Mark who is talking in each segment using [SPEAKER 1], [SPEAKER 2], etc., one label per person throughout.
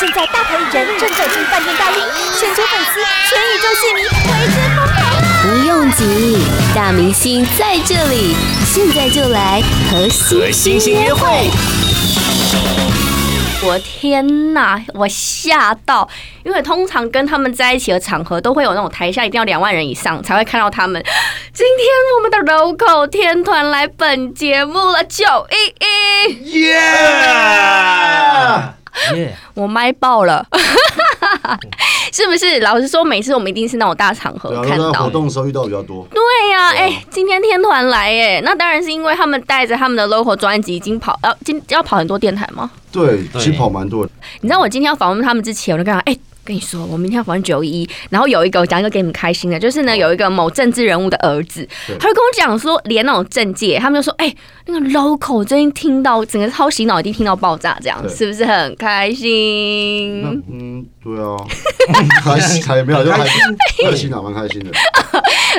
[SPEAKER 1] 现在大牌艺人正走进饭店大厅，全球粉丝、全宇宙戏迷为之疯狂啊！
[SPEAKER 2] 不用急，大明星在这里，现在就来和
[SPEAKER 3] 和
[SPEAKER 2] 星
[SPEAKER 3] 星星约会。
[SPEAKER 4] 我天呐，我吓到！因为通常跟他们在一起的场合，都会有那种台下一定要两万人以上才会看到他们。今天我们的 local 天团来本节目了，九一一，
[SPEAKER 5] 耶！
[SPEAKER 3] 耶！
[SPEAKER 4] 我麦爆了， 是不是？老实说，每次我们一定是那种大场
[SPEAKER 5] 对
[SPEAKER 4] 合
[SPEAKER 5] 啊，
[SPEAKER 4] 看
[SPEAKER 5] 那
[SPEAKER 4] 到
[SPEAKER 5] 活。动的时候遇啊到比较多。
[SPEAKER 4] 对呀、哎、今天天团来哎、那当然是因为他们带着他们的 local 专辑已经跑，呃，今要跑很多电台吗？
[SPEAKER 5] 对，
[SPEAKER 3] 对
[SPEAKER 5] 其实跑蛮多的。
[SPEAKER 4] 你知道我今天要访问他们之前，我就跟他哎、跟你说，我明天要访问九一一，然后有一个我讲一个给你们开心的，就是呢有一个某政治人物的儿子，
[SPEAKER 5] 哦对
[SPEAKER 4] 他就跟我讲说，连那种政界，他们就说，哎、那个 local 最近听到整个超洗脑，一定听到爆炸，这样
[SPEAKER 5] 对
[SPEAKER 4] 是不是很开
[SPEAKER 5] 那
[SPEAKER 4] 心？
[SPEAKER 5] 嗯，对啊， 还还没有，就还开心啊，蛮开心的。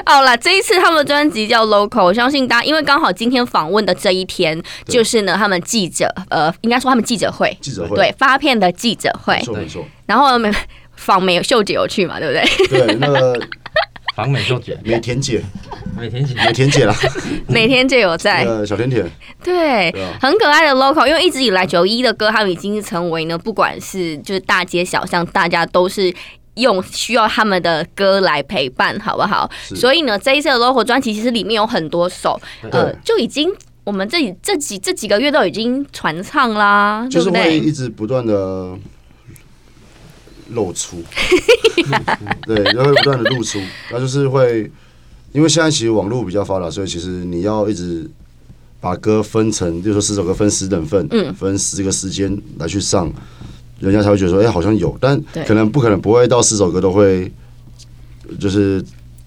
[SPEAKER 4] 好啦，哦这一次他们的专辑叫 local，我相信大家因为刚好今天访问的这一天，
[SPEAKER 5] 对
[SPEAKER 4] 就是呢他们记者呃，应该说他们记者会，
[SPEAKER 5] 记者会，
[SPEAKER 4] 对发片的记者会
[SPEAKER 5] 没，错没错。
[SPEAKER 4] 然后没访美秀姐有去嘛，对不对？
[SPEAKER 5] 对，那个
[SPEAKER 3] 防美秀姐，
[SPEAKER 5] 美田姐，
[SPEAKER 3] 每天姐
[SPEAKER 5] 美田姐啦，
[SPEAKER 4] 每天就有在
[SPEAKER 5] 那。个小甜甜，
[SPEAKER 4] 对
[SPEAKER 5] 啊对啊，
[SPEAKER 4] 很可爱的 local，因为一直以来九一的歌，他们已经成为呢，不管是就是大街小巷，大家都是。用需要他们的歌来陪伴，好不好？
[SPEAKER 5] 是
[SPEAKER 4] 所以呢，这一次的 local 专辑其实里面有很多首，呃
[SPEAKER 5] 对，
[SPEAKER 4] 就已经我们这里这几这几个月都已经传唱啦，
[SPEAKER 5] 就是
[SPEAKER 4] 对不对？
[SPEAKER 5] 会一直不断的露 出，对，然后会不断的露出，那就是会，因为现在其实网络比较发达，所以其实你要一直把歌分成，比如说十首歌分十等份，
[SPEAKER 4] 嗯
[SPEAKER 5] 分十个时间来去上，人家才会觉得说，哎、好像有，但
[SPEAKER 4] 对
[SPEAKER 5] 可能不可能不会到十首歌都会，就是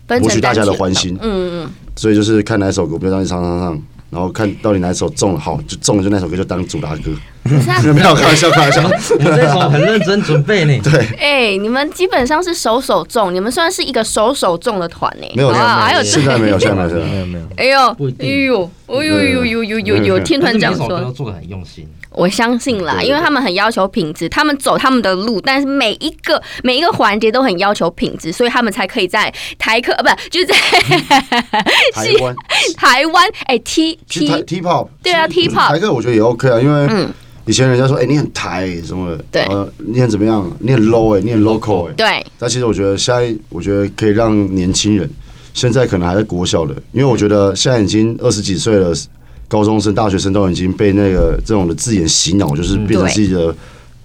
[SPEAKER 4] 分
[SPEAKER 5] 博
[SPEAKER 4] 成
[SPEAKER 5] 取大家的
[SPEAKER 4] 单曲
[SPEAKER 5] 欢心，
[SPEAKER 4] 嗯嗯嗯，
[SPEAKER 5] 所以就是看哪一首歌，不要让你唱唱唱，然后看到底哪一首中了，好就中了，就那首歌就当主打歌。 没有开玩笑，开玩笑。
[SPEAKER 3] 我们这首很认真准备 呢。对，
[SPEAKER 4] 哎、你们基本上是首首中，你们算是一个首首中的团呢、
[SPEAKER 5] 没有，
[SPEAKER 4] 好不好还有
[SPEAKER 5] 现在没有，现在没有，现在没有。
[SPEAKER 3] 有没有，
[SPEAKER 4] 哎呦，
[SPEAKER 3] 不一定
[SPEAKER 4] 哎呦，哎呦
[SPEAKER 5] 对嗯
[SPEAKER 4] 呦呦呦呦呦！天团
[SPEAKER 3] 但
[SPEAKER 4] 长
[SPEAKER 3] 是每首歌都
[SPEAKER 4] 说，
[SPEAKER 3] 做的很用心，
[SPEAKER 4] 我相信啦，
[SPEAKER 5] 对对对
[SPEAKER 4] 因为他们很要求品质，他们走他们的路，但是每一个每一个环节都很要求品质，所以他们才可以在台客呃，不就是在
[SPEAKER 5] 台 湾
[SPEAKER 4] 台湾哎 T
[SPEAKER 5] 其实台
[SPEAKER 4] T
[SPEAKER 5] T pop，
[SPEAKER 4] 对啊 T pop
[SPEAKER 5] 台客我觉得也 OK 啊，因为
[SPEAKER 4] 嗯
[SPEAKER 5] 以前人家说，哎，你很台什么的，
[SPEAKER 4] 对
[SPEAKER 5] 呃，你很怎么样，你很 low 哎，你很 local 哎，
[SPEAKER 4] 对
[SPEAKER 5] 但其实我觉得现在，我觉得可以让年轻人，现在可能还在国小的，因为我觉得现在已经二十几岁了，高中生、大学生都已经被那个这种的字眼洗脑，就是变成是一个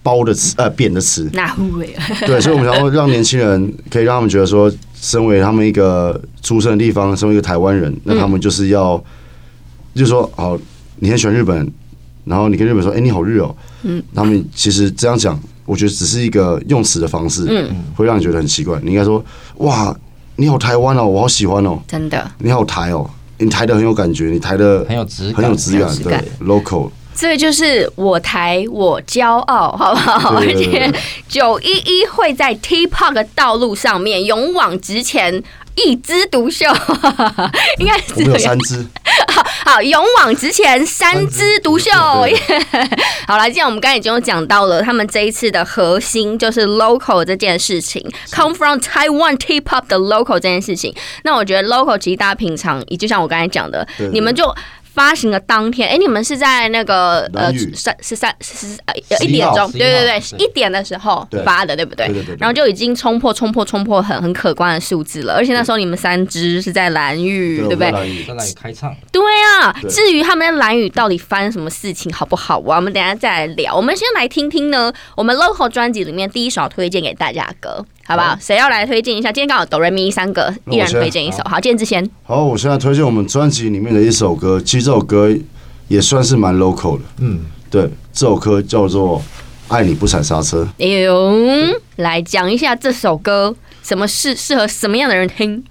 [SPEAKER 5] 包的词，呃，扁的词。
[SPEAKER 4] 那会
[SPEAKER 5] 对，所以我们想要让年轻人可以让他们觉得说，身为他们一个出生的地方，身为一个台湾人，那他们就是要，就是说，好，你很喜欢日本，然后你跟日本说，哎、你好日哦，嗯，他们其实这样讲，我觉得只是一个用词的方式，
[SPEAKER 4] 嗯，
[SPEAKER 5] 会让你觉得很奇怪。你应该说，哇，你好台湾哦，我好喜欢哦，
[SPEAKER 4] 真的
[SPEAKER 5] 你好台哦，你台的很有感觉，你台的
[SPEAKER 3] 很有质感，
[SPEAKER 5] 很有质感，
[SPEAKER 4] 质
[SPEAKER 5] 对
[SPEAKER 4] 感
[SPEAKER 5] ，local，
[SPEAKER 4] 这就是我台我骄傲，好不好？而
[SPEAKER 5] 对对对
[SPEAKER 4] 且九一一会在 T Park 的道路上面勇往直前，一枝独秀， 应该是这
[SPEAKER 5] 我们有
[SPEAKER 4] 个
[SPEAKER 5] 三支，
[SPEAKER 4] 好，勇往直前，三枝独秀。
[SPEAKER 5] 对
[SPEAKER 4] 好啦，既然我们刚才已经有讲到了，他们这一次的核心就是 local 这件事情，come from Taiwan T-pop 的 local 这件事情。那我觉得 local 其实大家平常，也就像我刚才讲的，
[SPEAKER 5] 对对
[SPEAKER 4] 你们就。发行的当天，哎、你们是在那个呃
[SPEAKER 5] 蓝屿
[SPEAKER 4] 三十三十呃
[SPEAKER 5] 11
[SPEAKER 4] 一点
[SPEAKER 5] 号
[SPEAKER 4] 钟，对对对
[SPEAKER 3] 11，号
[SPEAKER 4] 一点的时候
[SPEAKER 5] 对
[SPEAKER 4] 发的，对不对？
[SPEAKER 5] 对对对对
[SPEAKER 4] 然后就已经冲破冲破冲破很很可观的数字了，而且那时候你们三支是在蓝屿，对
[SPEAKER 5] 我
[SPEAKER 4] 不对
[SPEAKER 5] 们？来一
[SPEAKER 3] 在那里开唱，
[SPEAKER 4] 对啊，
[SPEAKER 5] 对
[SPEAKER 4] 至于他们在蓝宇到底发生什么事情好不好玩，我们等一下再来聊。我们先来听听呢，我们 local 专辑里面第一首推荐给大家的歌，好不好？谁要来推荐一下？今天刚好哆来咪三个，
[SPEAKER 5] 那我
[SPEAKER 4] 一人
[SPEAKER 5] 先
[SPEAKER 4] 推荐一首。好，见之先，
[SPEAKER 5] 好，我现在推荐我们专辑里面的一首歌，其实这首歌也算是蛮 local 的。
[SPEAKER 3] 嗯，
[SPEAKER 5] 对，这首歌叫做《爱你不踩刹车》。
[SPEAKER 4] 哎呦，来讲一下这首歌什么适适合什么样的人听？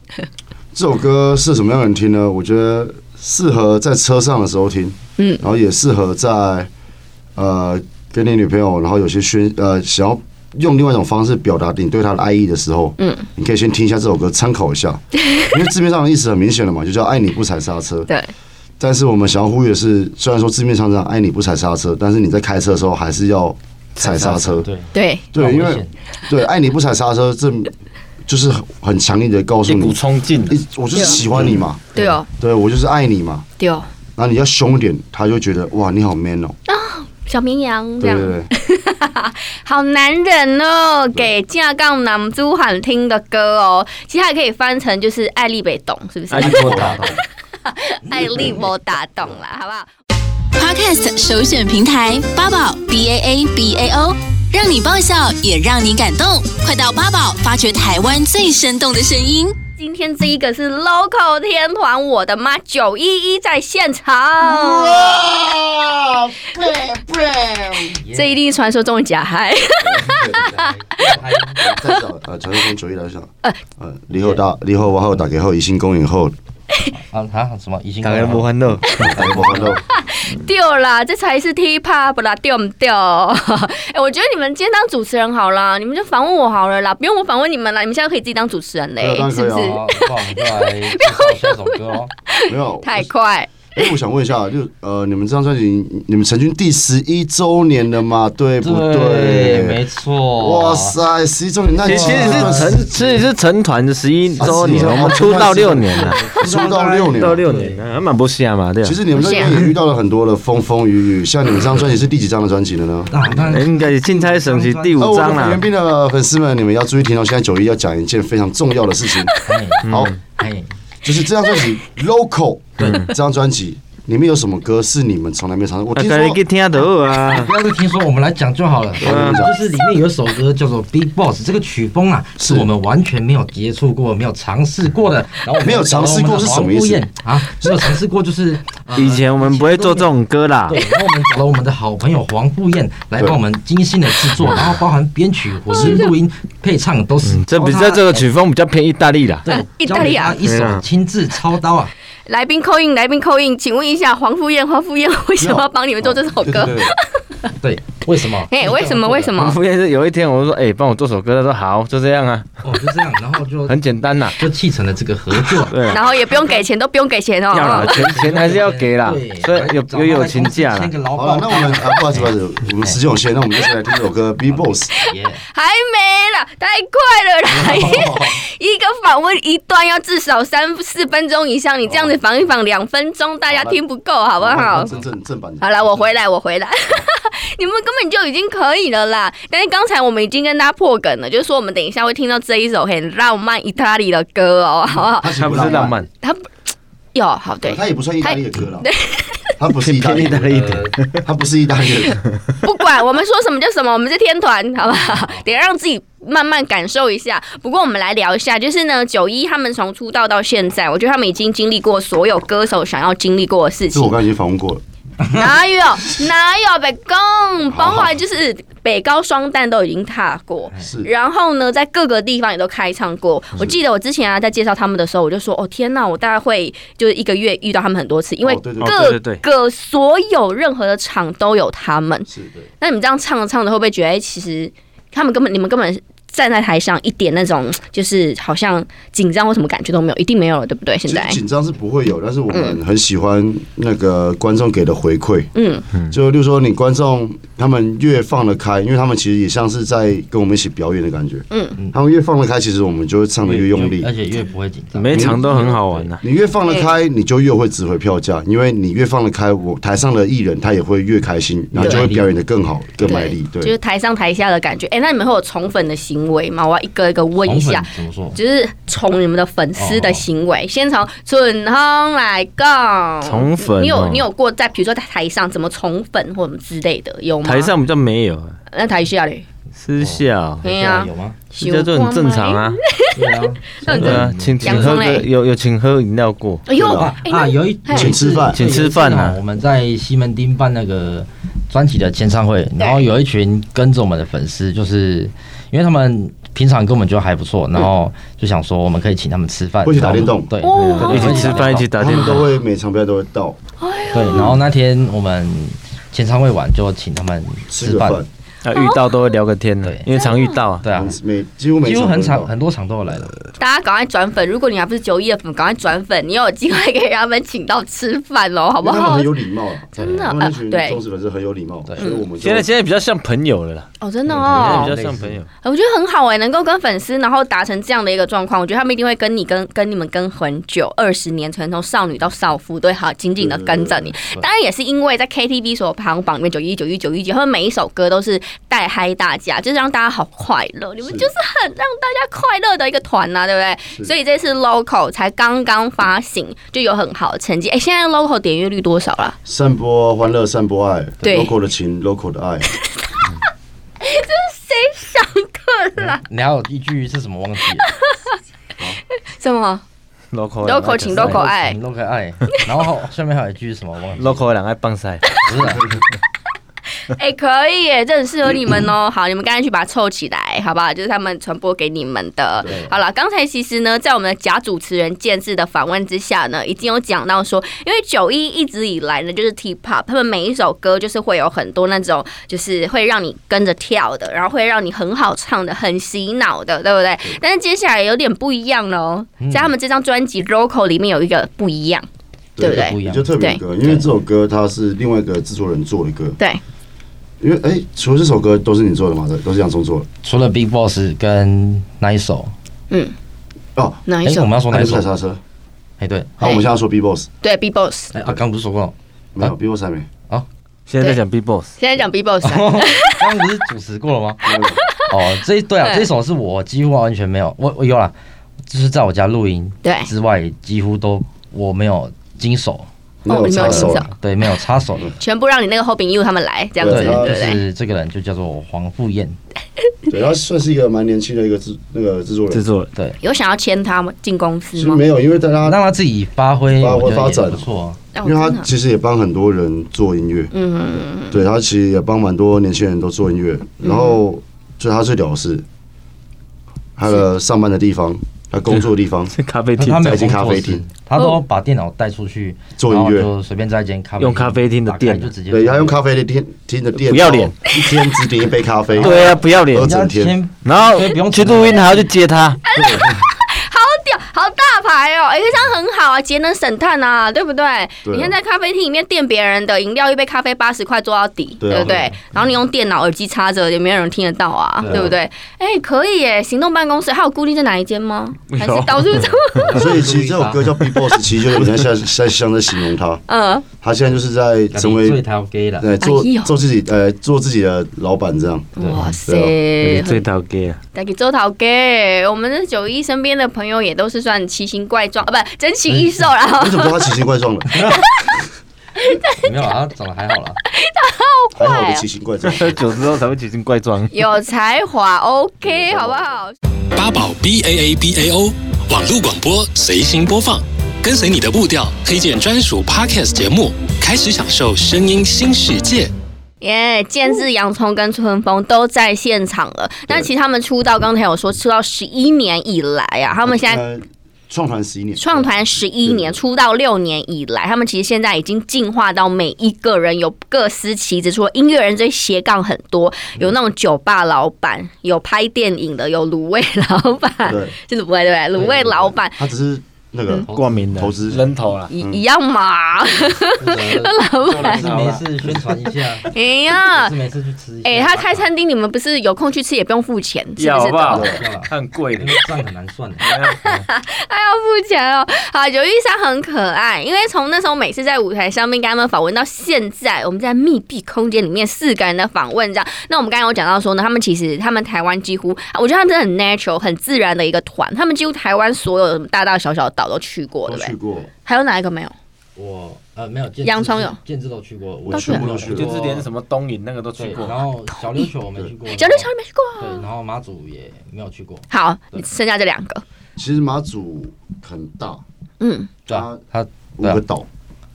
[SPEAKER 5] 这首歌是什么样的人听呢？我觉得适合在车上的时候听，
[SPEAKER 4] 嗯，
[SPEAKER 5] 然后也适合在呃跟你女朋友，然后有些宣呃想要用另外一种方式表达你对她的爱意的时候，嗯，你可以先听一下这首歌，参考一下，因为字面上的意思很明显了嘛，就叫“爱你不踩刹车”。
[SPEAKER 4] 对，
[SPEAKER 5] 但是我们想要呼吁的是，虽然说字面上这样“爱你不踩刹车”，但是你在开车的时候还是要踩刹车。
[SPEAKER 3] 对，
[SPEAKER 4] 对，
[SPEAKER 5] 对，
[SPEAKER 3] 很
[SPEAKER 5] 因
[SPEAKER 3] 危
[SPEAKER 5] 为
[SPEAKER 3] 险
[SPEAKER 5] 对爱你不踩刹车，这就是很很强硬的告诉
[SPEAKER 6] 一股
[SPEAKER 5] 你，
[SPEAKER 6] 冲劲啊，
[SPEAKER 5] 一我就是喜欢你嘛，
[SPEAKER 4] 对哦，
[SPEAKER 5] 对我就是爱你嘛。
[SPEAKER 4] 对哦，
[SPEAKER 5] 然后你要凶一点，他就觉得哇你好 man 哦，
[SPEAKER 4] 小绵羊这
[SPEAKER 5] 对
[SPEAKER 4] 样，
[SPEAKER 5] 对对，
[SPEAKER 4] 好男人哦，给架杠男猪喊听的歌哦，其实还可以翻成就是艾丽被懂，是不是
[SPEAKER 6] 爱？力波达。
[SPEAKER 4] 艾丽我打懂啦，好不好？
[SPEAKER 2] Podcast 首选平台八宝 B A A B A O，让你爆笑也让你感动，快到八宝发掘台湾最生动的声音。
[SPEAKER 4] 今天这一个是 local 天团，我的妈，九一一在现场。这一粒传说中的假嗨，
[SPEAKER 3] 哎
[SPEAKER 5] 再小呃，陈生九一来小，呃，离后打离后往后打给后，宜兴公园后，
[SPEAKER 3] 啊啊什么？已经
[SPEAKER 6] 大家不欢乐，
[SPEAKER 5] 打给我 后，
[SPEAKER 4] 掉啦，这才是 T pop 啦，掉不掉？ 哎、我觉得你们今天当主持人好啦，你们就访问我好了啦，不用我访问你们啦，你们现在可以自己当主持人嘞
[SPEAKER 5] 对，当然
[SPEAKER 4] 是
[SPEAKER 5] 可以
[SPEAKER 4] 不
[SPEAKER 5] 啊
[SPEAKER 4] 是？
[SPEAKER 3] 哦好，那我们就来介绍下一首歌哦喽。
[SPEAKER 5] 没有
[SPEAKER 4] 太快，
[SPEAKER 5] 哎、我想问一下，就呃，你们这张专辑，你们成军第十一周年了嘛？对不对？
[SPEAKER 3] 没错。
[SPEAKER 5] 哇！塞，十一周年，那
[SPEAKER 6] 其实是
[SPEAKER 5] 成
[SPEAKER 6] 成，其实是成团的十一周年，
[SPEAKER 5] 啊
[SPEAKER 6] 我们出道六年了，
[SPEAKER 5] 出道六年
[SPEAKER 6] 到
[SPEAKER 5] 了。
[SPEAKER 6] 六年了，还蛮不下嘛，对啊
[SPEAKER 5] 其，实你们那边也遇到了很多的风风雨雨，像你们这张专辑是第几张的专辑了呢？
[SPEAKER 3] 啊，当然
[SPEAKER 6] 应该钦差省级第
[SPEAKER 5] 呃
[SPEAKER 6] 五
[SPEAKER 5] 我
[SPEAKER 6] 章
[SPEAKER 5] 们
[SPEAKER 6] 啦
[SPEAKER 5] 袁。斌的粉丝们，你们要注意听哦，现在九一要讲一件非常重要的事情。
[SPEAKER 6] 哎
[SPEAKER 3] 嘿
[SPEAKER 6] 嗯
[SPEAKER 5] 好，
[SPEAKER 3] 嘿，
[SPEAKER 5] 就是这张专辑《Local》，这
[SPEAKER 6] 嗯
[SPEAKER 5] 张专辑里面有什么歌是你们从来没有尝试？我
[SPEAKER 6] 我
[SPEAKER 5] 听
[SPEAKER 6] 刚才
[SPEAKER 5] 说
[SPEAKER 6] 去听到啊，
[SPEAKER 3] 不要去听说，我们来讲就 好了。
[SPEAKER 5] 嗯
[SPEAKER 3] 就是里面有一首歌叫做《Big Boss》，这个曲风啊，是我们完全没有接触过、没有尝试过的。然后我们
[SPEAKER 5] 没有尝试过是什么
[SPEAKER 3] 找了我们的黄
[SPEAKER 5] 意思
[SPEAKER 3] 姑燕啊？没有尝试过 就是呃
[SPEAKER 6] 以前我们不会做这种歌啦
[SPEAKER 3] 对，，然后我们找了我们的好朋友黄富燕来帮我们精心的制作，然后包含编曲、混音、录音、配唱都
[SPEAKER 5] 嗯
[SPEAKER 3] 是。
[SPEAKER 6] 这比
[SPEAKER 3] 教
[SPEAKER 6] 较
[SPEAKER 3] 他
[SPEAKER 6] 这个曲风比较偏意大利啦。
[SPEAKER 3] 对，
[SPEAKER 4] 意大利啊
[SPEAKER 3] 教给他一手亲自操刀啊！
[SPEAKER 4] 来宾扣印，来宾扣印，请问一下黄富燕，黄富燕为什么要帮你们做这首
[SPEAKER 5] 哦对
[SPEAKER 4] 歌
[SPEAKER 5] 对？对，
[SPEAKER 3] 对，为什么？
[SPEAKER 4] 哎、为什么？为什
[SPEAKER 6] 我
[SPEAKER 4] 么？
[SPEAKER 6] 副业是有一天我说，哎，帮我做首歌，他说好，就这样啊，
[SPEAKER 3] 哦，就这样，然后就
[SPEAKER 6] 很简单呐。
[SPEAKER 3] 就砌成了这个合 作。
[SPEAKER 6] 嗯对啊，
[SPEAKER 4] 然后也不用给钱，都不用给钱
[SPEAKER 6] 要啦
[SPEAKER 4] 哦。，
[SPEAKER 6] 啊钱钱还是要给啦
[SPEAKER 3] 对，
[SPEAKER 6] 所以有有友情价啦
[SPEAKER 3] 签。个劳
[SPEAKER 5] 好
[SPEAKER 3] 保
[SPEAKER 5] 了，那我
[SPEAKER 4] 哎
[SPEAKER 5] 们啊，不好意思，不好意思，我们时间有限，那我们就先来听这首 歌《B Boss》。
[SPEAKER 3] 耶
[SPEAKER 4] 还没啦，太快了啦！ 一个访问一段要至少三四分钟以上，你这样子访一访两分钟，大家听不够，好不好？
[SPEAKER 5] 正正正版的。
[SPEAKER 4] 好了，我回来，我回来。 你们根本就已经可以了啦！但是刚才我们已经跟大家破梗了，就是说我们等一下会听到这一首很浪漫意大利的歌哦，好不好？
[SPEAKER 5] 他
[SPEAKER 6] 它不是浪，漫，
[SPEAKER 4] 它不哟，好对，
[SPEAKER 5] 他也不算意大利的歌了， 他不是意大
[SPEAKER 6] 偏
[SPEAKER 5] 利
[SPEAKER 6] 意大
[SPEAKER 5] 的，
[SPEAKER 6] 利一点。
[SPEAKER 3] 呃
[SPEAKER 5] 他不是意大利的歌，
[SPEAKER 4] 不管我们说什么就什么，我们是天团，好不好？得让自己慢慢感受一下。不过我们来聊一下，就是呢，九一他们从出道到现在，我觉得他们已经经历过所有歌手想要经历过的事
[SPEAKER 5] 这我
[SPEAKER 4] 情。
[SPEAKER 5] 刚才已经访问过了。
[SPEAKER 4] 哪有哪有北工，
[SPEAKER 5] 好
[SPEAKER 4] 包括就是北高双旦都已经踏过。
[SPEAKER 5] 是，
[SPEAKER 4] 然后呢，在各个地方也都开唱过。我记得我之前啊，在介绍他们的时候，我就说：“哦，天呐，我大概会就是一个月遇到他们很多次，因为
[SPEAKER 5] 哦对对
[SPEAKER 6] 对
[SPEAKER 4] 各
[SPEAKER 6] 对对
[SPEAKER 4] 个所有任何的场都有他们。
[SPEAKER 5] 是的，
[SPEAKER 4] 那你们这样唱着唱着，会不会觉得，哎、其实他们根本你们根本站在台上一点那种就是好像紧张或什么感觉都没有，一定没有了，对不对？
[SPEAKER 5] 其
[SPEAKER 4] 现
[SPEAKER 5] 实
[SPEAKER 4] 在，
[SPEAKER 5] 紧张是不会有，但是我们很喜欢那个观众给的回馈。
[SPEAKER 4] 嗯，
[SPEAKER 5] 就例如说，你观众他们越放得开，因为他们其实也像是在跟我们一起表演的感觉。嗯，他们越放得开，其实我们就会唱的越用力
[SPEAKER 4] 嗯
[SPEAKER 3] 而。且越不会紧张。
[SPEAKER 6] 每一场都很好玩啊呐、
[SPEAKER 5] 你越放得开，你就越会值回票价，因为你越放得开，我台上的艺人他也会越开心，然后就会表演的更好、更卖力。
[SPEAKER 4] 就
[SPEAKER 5] 对
[SPEAKER 4] 是，台上台下的感觉。哎、那你们会有宠粉的行为吗？我要一个一个问一下
[SPEAKER 3] 红。粉怎么说？
[SPEAKER 4] 就是宠你们的粉丝
[SPEAKER 6] 哦
[SPEAKER 4] 的行为，先从蠢亨来杠。
[SPEAKER 6] 宠粉哦
[SPEAKER 4] 你有你有过在比如说在台上怎么宠粉或什么之类的有吗？
[SPEAKER 6] 台上比较没有，啊
[SPEAKER 4] 那台下嘞，
[SPEAKER 6] 私下哦
[SPEAKER 4] 对呀
[SPEAKER 3] 啊有吗？
[SPEAKER 6] 私下就很正常啊。
[SPEAKER 3] 对啊，
[SPEAKER 4] 哎
[SPEAKER 6] 对啊，请请
[SPEAKER 4] 洋
[SPEAKER 6] 喝
[SPEAKER 4] 葱
[SPEAKER 6] 个
[SPEAKER 4] 嘞
[SPEAKER 6] 有有请喝饮料过，
[SPEAKER 4] 哎呦，
[SPEAKER 3] 啊
[SPEAKER 4] 哎
[SPEAKER 3] 啊，
[SPEAKER 4] 那
[SPEAKER 3] 有一
[SPEAKER 4] 嘿
[SPEAKER 5] 请吃饭
[SPEAKER 6] 请吃饭啊
[SPEAKER 3] 啊！我们在西门町办那个专辑的签唱会，然后有一群跟着我们的粉丝，就是因为他们平常跟我们就还不错，然后就想说我们可以请他们吃饭，
[SPEAKER 5] 会去打电动
[SPEAKER 3] 对，
[SPEAKER 4] 哦
[SPEAKER 3] 对
[SPEAKER 6] 一起吃饭，一起打
[SPEAKER 5] 他
[SPEAKER 6] 电
[SPEAKER 5] 们都
[SPEAKER 6] 动。
[SPEAKER 5] 会每场票都会到。
[SPEAKER 3] 对。然后那天我们签唱会完就请他们
[SPEAKER 5] 吃
[SPEAKER 3] 吃
[SPEAKER 5] 个
[SPEAKER 3] 饭
[SPEAKER 5] 饭，
[SPEAKER 6] 啊，遇到都会聊个天的
[SPEAKER 3] 对，
[SPEAKER 6] 因为常遇到啊。
[SPEAKER 3] 对啊，
[SPEAKER 5] 每几乎每
[SPEAKER 3] 几乎很
[SPEAKER 5] 场都有
[SPEAKER 3] 长很多场都有来的。
[SPEAKER 4] 大家赶快转粉，如果你还不是九一的粉，赶快转粉，你有机会给他们请到吃饭哦，好不
[SPEAKER 5] 因为他们
[SPEAKER 4] 好
[SPEAKER 5] 很？有礼貌啊，
[SPEAKER 4] 真的
[SPEAKER 5] 他们那群
[SPEAKER 4] 呃对
[SPEAKER 5] 忠实粉丝很有礼貌，
[SPEAKER 3] 对
[SPEAKER 5] 所以我们就
[SPEAKER 6] 现在现在比较像朋友了啦，
[SPEAKER 4] 哦，真的
[SPEAKER 6] 现在
[SPEAKER 4] 哦
[SPEAKER 6] 比，较像朋友。
[SPEAKER 4] 我觉得很好哎、能够跟粉丝然后达成这样的一个状况，我觉得他们一定会跟你跟跟你们跟很久，二十年，从从少女到少妇都会好紧紧的跟着你。当然也是因为在 KTV 所有排行榜里面，九一九一九一九，他们每一首歌都是带嗨大家，就是让大家好快乐。你们
[SPEAKER 5] 是
[SPEAKER 4] 就是很让大家快乐的一个团呐、对不对？
[SPEAKER 5] 是
[SPEAKER 4] 所以这次 Local 才刚刚发行，就有很好的成绩。哎，现在 Local 点阅率多少啦？
[SPEAKER 5] 散播欢乐，散播爱
[SPEAKER 4] 对
[SPEAKER 5] ，local 的情，local 的爱，
[SPEAKER 4] 上课
[SPEAKER 5] 嗯
[SPEAKER 4] 啦？
[SPEAKER 3] 你还有一句是什么忘记了
[SPEAKER 4] 什么？
[SPEAKER 6] local
[SPEAKER 4] local 请 local 爱
[SPEAKER 3] 你都可爱。然后下面还有一句是什么忘记了？
[SPEAKER 6] local 的人爱棒 晒，
[SPEAKER 3] 不是啊
[SPEAKER 4] 哎、可以耶，这很适合你们 哦。好，你们赶紧去把它凑起来，好不好？就是他们传播给你们的。好了，刚才其实呢，在我们的假主持人建制的访问之下呢，已经有讲到说，因为九一一直以来呢，就是 T-pop，他们每一首歌就是会有很多那种，就是会让你跟着跳的，然后会让你很好唱的，很洗脑的，对不对？但是接下来有点不一样了哦，
[SPEAKER 3] 嗯
[SPEAKER 4] 在他们这张专辑《Local》里面有一个不一样，对不对？
[SPEAKER 3] 不一样
[SPEAKER 5] 就特别的歌，因为这首歌它是另外一个制作人做的歌，
[SPEAKER 4] 对，
[SPEAKER 5] 因为哎，除了这首歌都是你做的嘛，对，都是洋葱做的
[SPEAKER 3] 除了 Big Boss 跟那一首，
[SPEAKER 4] 嗯，
[SPEAKER 5] 哦。
[SPEAKER 4] 哪
[SPEAKER 3] 哎，
[SPEAKER 4] 一
[SPEAKER 3] 我
[SPEAKER 4] 首？
[SPEAKER 3] 们要说
[SPEAKER 5] 那
[SPEAKER 3] 哪一
[SPEAKER 5] 就
[SPEAKER 3] 首
[SPEAKER 5] 是踩？刹车。
[SPEAKER 3] 哎，对，
[SPEAKER 5] 好，我们现在说 B Boss，
[SPEAKER 4] 对，B Boss。
[SPEAKER 3] 哎，啊，刚不是说 过了？
[SPEAKER 5] 没有 B Boss 还没，
[SPEAKER 6] 现在在讲 B boss，
[SPEAKER 4] 现在讲 B Boss，啊、
[SPEAKER 3] 哦刚刚不是主持过了吗？哦，这对啊，
[SPEAKER 4] 对
[SPEAKER 3] 这首是我几乎完全没有，我我有啦，就是在我家录音
[SPEAKER 4] 对，
[SPEAKER 3] 之外，几乎都我没有经手，
[SPEAKER 5] 没有
[SPEAKER 4] 你没有
[SPEAKER 5] 插手
[SPEAKER 4] 听
[SPEAKER 5] 了
[SPEAKER 4] 到，
[SPEAKER 3] 对，没有插手的。
[SPEAKER 4] 全部让你那个后饼 you 他们来这样子，对
[SPEAKER 5] 对
[SPEAKER 4] 不
[SPEAKER 3] 就
[SPEAKER 4] 对？
[SPEAKER 3] 是这个人就叫做黄富燕，
[SPEAKER 5] 对，他算是一个蛮年轻的一个制那个制作
[SPEAKER 6] 制
[SPEAKER 5] 人，
[SPEAKER 6] 作人
[SPEAKER 3] 对，
[SPEAKER 4] 有想要签他们进公司
[SPEAKER 5] 其实
[SPEAKER 4] 吗？
[SPEAKER 5] 没有，因为大家
[SPEAKER 3] 让他自己发挥，
[SPEAKER 5] 啊发挥
[SPEAKER 3] 我觉得也
[SPEAKER 5] 发展
[SPEAKER 3] 不错啊。
[SPEAKER 4] 哦
[SPEAKER 5] 因为他
[SPEAKER 4] 真的
[SPEAKER 5] 其实也帮很多人做音乐，
[SPEAKER 4] 嗯，
[SPEAKER 5] 对他其实也帮蛮多年轻人都做音乐，然后就他最屌的是他的上班的地方，他工作的地方
[SPEAKER 6] 在 咖啡厅
[SPEAKER 3] 他没有
[SPEAKER 5] 在一间
[SPEAKER 3] 工
[SPEAKER 5] 咖
[SPEAKER 3] 作
[SPEAKER 5] 啡
[SPEAKER 3] 室
[SPEAKER 5] 厅，
[SPEAKER 3] 他都把电脑带出去
[SPEAKER 5] 做
[SPEAKER 3] 然
[SPEAKER 5] 音
[SPEAKER 3] 后
[SPEAKER 5] 乐，
[SPEAKER 3] 就随便在一间咖啡厅
[SPEAKER 6] 哦用咖啡厅的
[SPEAKER 3] 打开
[SPEAKER 6] 电
[SPEAKER 3] 就直接
[SPEAKER 5] 对，他用咖啡的厅厅的店，
[SPEAKER 6] 不要脸，
[SPEAKER 5] 一天只点一杯咖啡，
[SPEAKER 6] 对啊，不要脸
[SPEAKER 5] 喝，
[SPEAKER 3] 人
[SPEAKER 5] 整
[SPEAKER 3] 家先
[SPEAKER 5] 天
[SPEAKER 6] 然后
[SPEAKER 3] 所以不用
[SPEAKER 6] 去录音还要去接他，
[SPEAKER 4] 好屌，好大牌哦！哎，这样很好啊，节能省碳啊，对不对？
[SPEAKER 5] 对啊
[SPEAKER 4] 你看在咖啡厅里面垫别人的饮料，一杯咖啡八十块做到底，
[SPEAKER 5] 对啊
[SPEAKER 4] 不对？然后你用电脑耳机插着，也没有人听得到啊，
[SPEAKER 3] 对啊
[SPEAKER 4] 对不对？哎，可以耶！行动办公室还有固定在哪一间吗？
[SPEAKER 6] 有
[SPEAKER 4] 还是到处 走？
[SPEAKER 5] 所以其实这首歌叫 B Boss，其实就有点像像像在形容他，
[SPEAKER 4] 嗯，
[SPEAKER 5] 他现在就是在成
[SPEAKER 3] 所以
[SPEAKER 5] 为
[SPEAKER 3] 他要 gay 了，
[SPEAKER 5] 呃做
[SPEAKER 4] 哎呦
[SPEAKER 5] 做自己呃做自己的老板这样，
[SPEAKER 4] 哇
[SPEAKER 5] 对
[SPEAKER 4] 塞，
[SPEAKER 6] 哎最讨厌。啊
[SPEAKER 4] 带给周桃给我们的九一身边的朋友也都是算奇形怪状啊，不珍奇异 兽啦。
[SPEAKER 5] 你怎么说他奇形怪 状的？
[SPEAKER 3] 没有啊，他长得还 好啦。
[SPEAKER 5] 还
[SPEAKER 4] 啊
[SPEAKER 5] 好我的奇形 怪状。
[SPEAKER 6] 喝酒之后才会起形怪状。
[SPEAKER 4] 有才华，OK，好不好？
[SPEAKER 7] 八宝 B A A B A O 网络广播随心播放，跟随你的步调，推荐专属 Podcast 节目，开始享受声音新世界。
[SPEAKER 4] 耶、建志、洋葱跟春风都在现场了。那其实他们出道，刚才有说出道十一年以来啊，他们现在
[SPEAKER 5] 呃创团十一年，
[SPEAKER 4] 创团十一年，出道六年以来，他们其实现在已经进化到每一个人有各司其职，除了音乐人最斜杠很多，有那种酒吧老板，有拍电影的，有卤味老板
[SPEAKER 5] 对，
[SPEAKER 4] 是卤味对不对？卤味老板
[SPEAKER 5] 他只是那
[SPEAKER 4] 嗯
[SPEAKER 5] 个
[SPEAKER 6] 挂 名的
[SPEAKER 5] 投资
[SPEAKER 6] 人头啦，
[SPEAKER 4] 一一样嘛，
[SPEAKER 3] 老板没事宣传一下，
[SPEAKER 4] 哎呀
[SPEAKER 3] 是。没事去吃一下。
[SPEAKER 4] 哎、他开餐厅，你们不是有空去吃也不用付钱，是
[SPEAKER 6] 要
[SPEAKER 4] 不
[SPEAKER 6] 好
[SPEAKER 4] 是
[SPEAKER 6] 不
[SPEAKER 4] 都？
[SPEAKER 6] 好
[SPEAKER 3] 对要啦？
[SPEAKER 6] 很贵的
[SPEAKER 3] 因为，账很难算的。
[SPEAKER 4] 他要付钱哦。好，九一三很可爱，因为从那时候每次在舞台上面跟他们访问到现在，我们在密闭空间里面四个人的访问这样。那我们刚刚有讲到说呢，他们其实他们台湾几乎，我觉得他们真的很 natural 很自然的一个团，他们几乎台湾所有大大小小的岛都去过，对
[SPEAKER 5] 都
[SPEAKER 4] 不
[SPEAKER 5] 去
[SPEAKER 4] 对？
[SPEAKER 5] 过，
[SPEAKER 4] 还有哪一个没有？
[SPEAKER 3] 我呃没有，建
[SPEAKER 4] 洋葱有，
[SPEAKER 3] 建制都去过，
[SPEAKER 5] 我全部都去
[SPEAKER 6] 就
[SPEAKER 5] 过。
[SPEAKER 6] 是连什么东影那个都去
[SPEAKER 3] 对，
[SPEAKER 6] 过。
[SPEAKER 3] 然后小琉球我没去过，
[SPEAKER 4] 小六桥没去过。啊
[SPEAKER 3] 对，然后马祖也没有去过，
[SPEAKER 4] 好，剩下这两个，
[SPEAKER 5] 其实马祖很大，
[SPEAKER 4] 嗯，
[SPEAKER 3] 对啊，他
[SPEAKER 5] 五
[SPEAKER 3] 对啊
[SPEAKER 5] 个岛，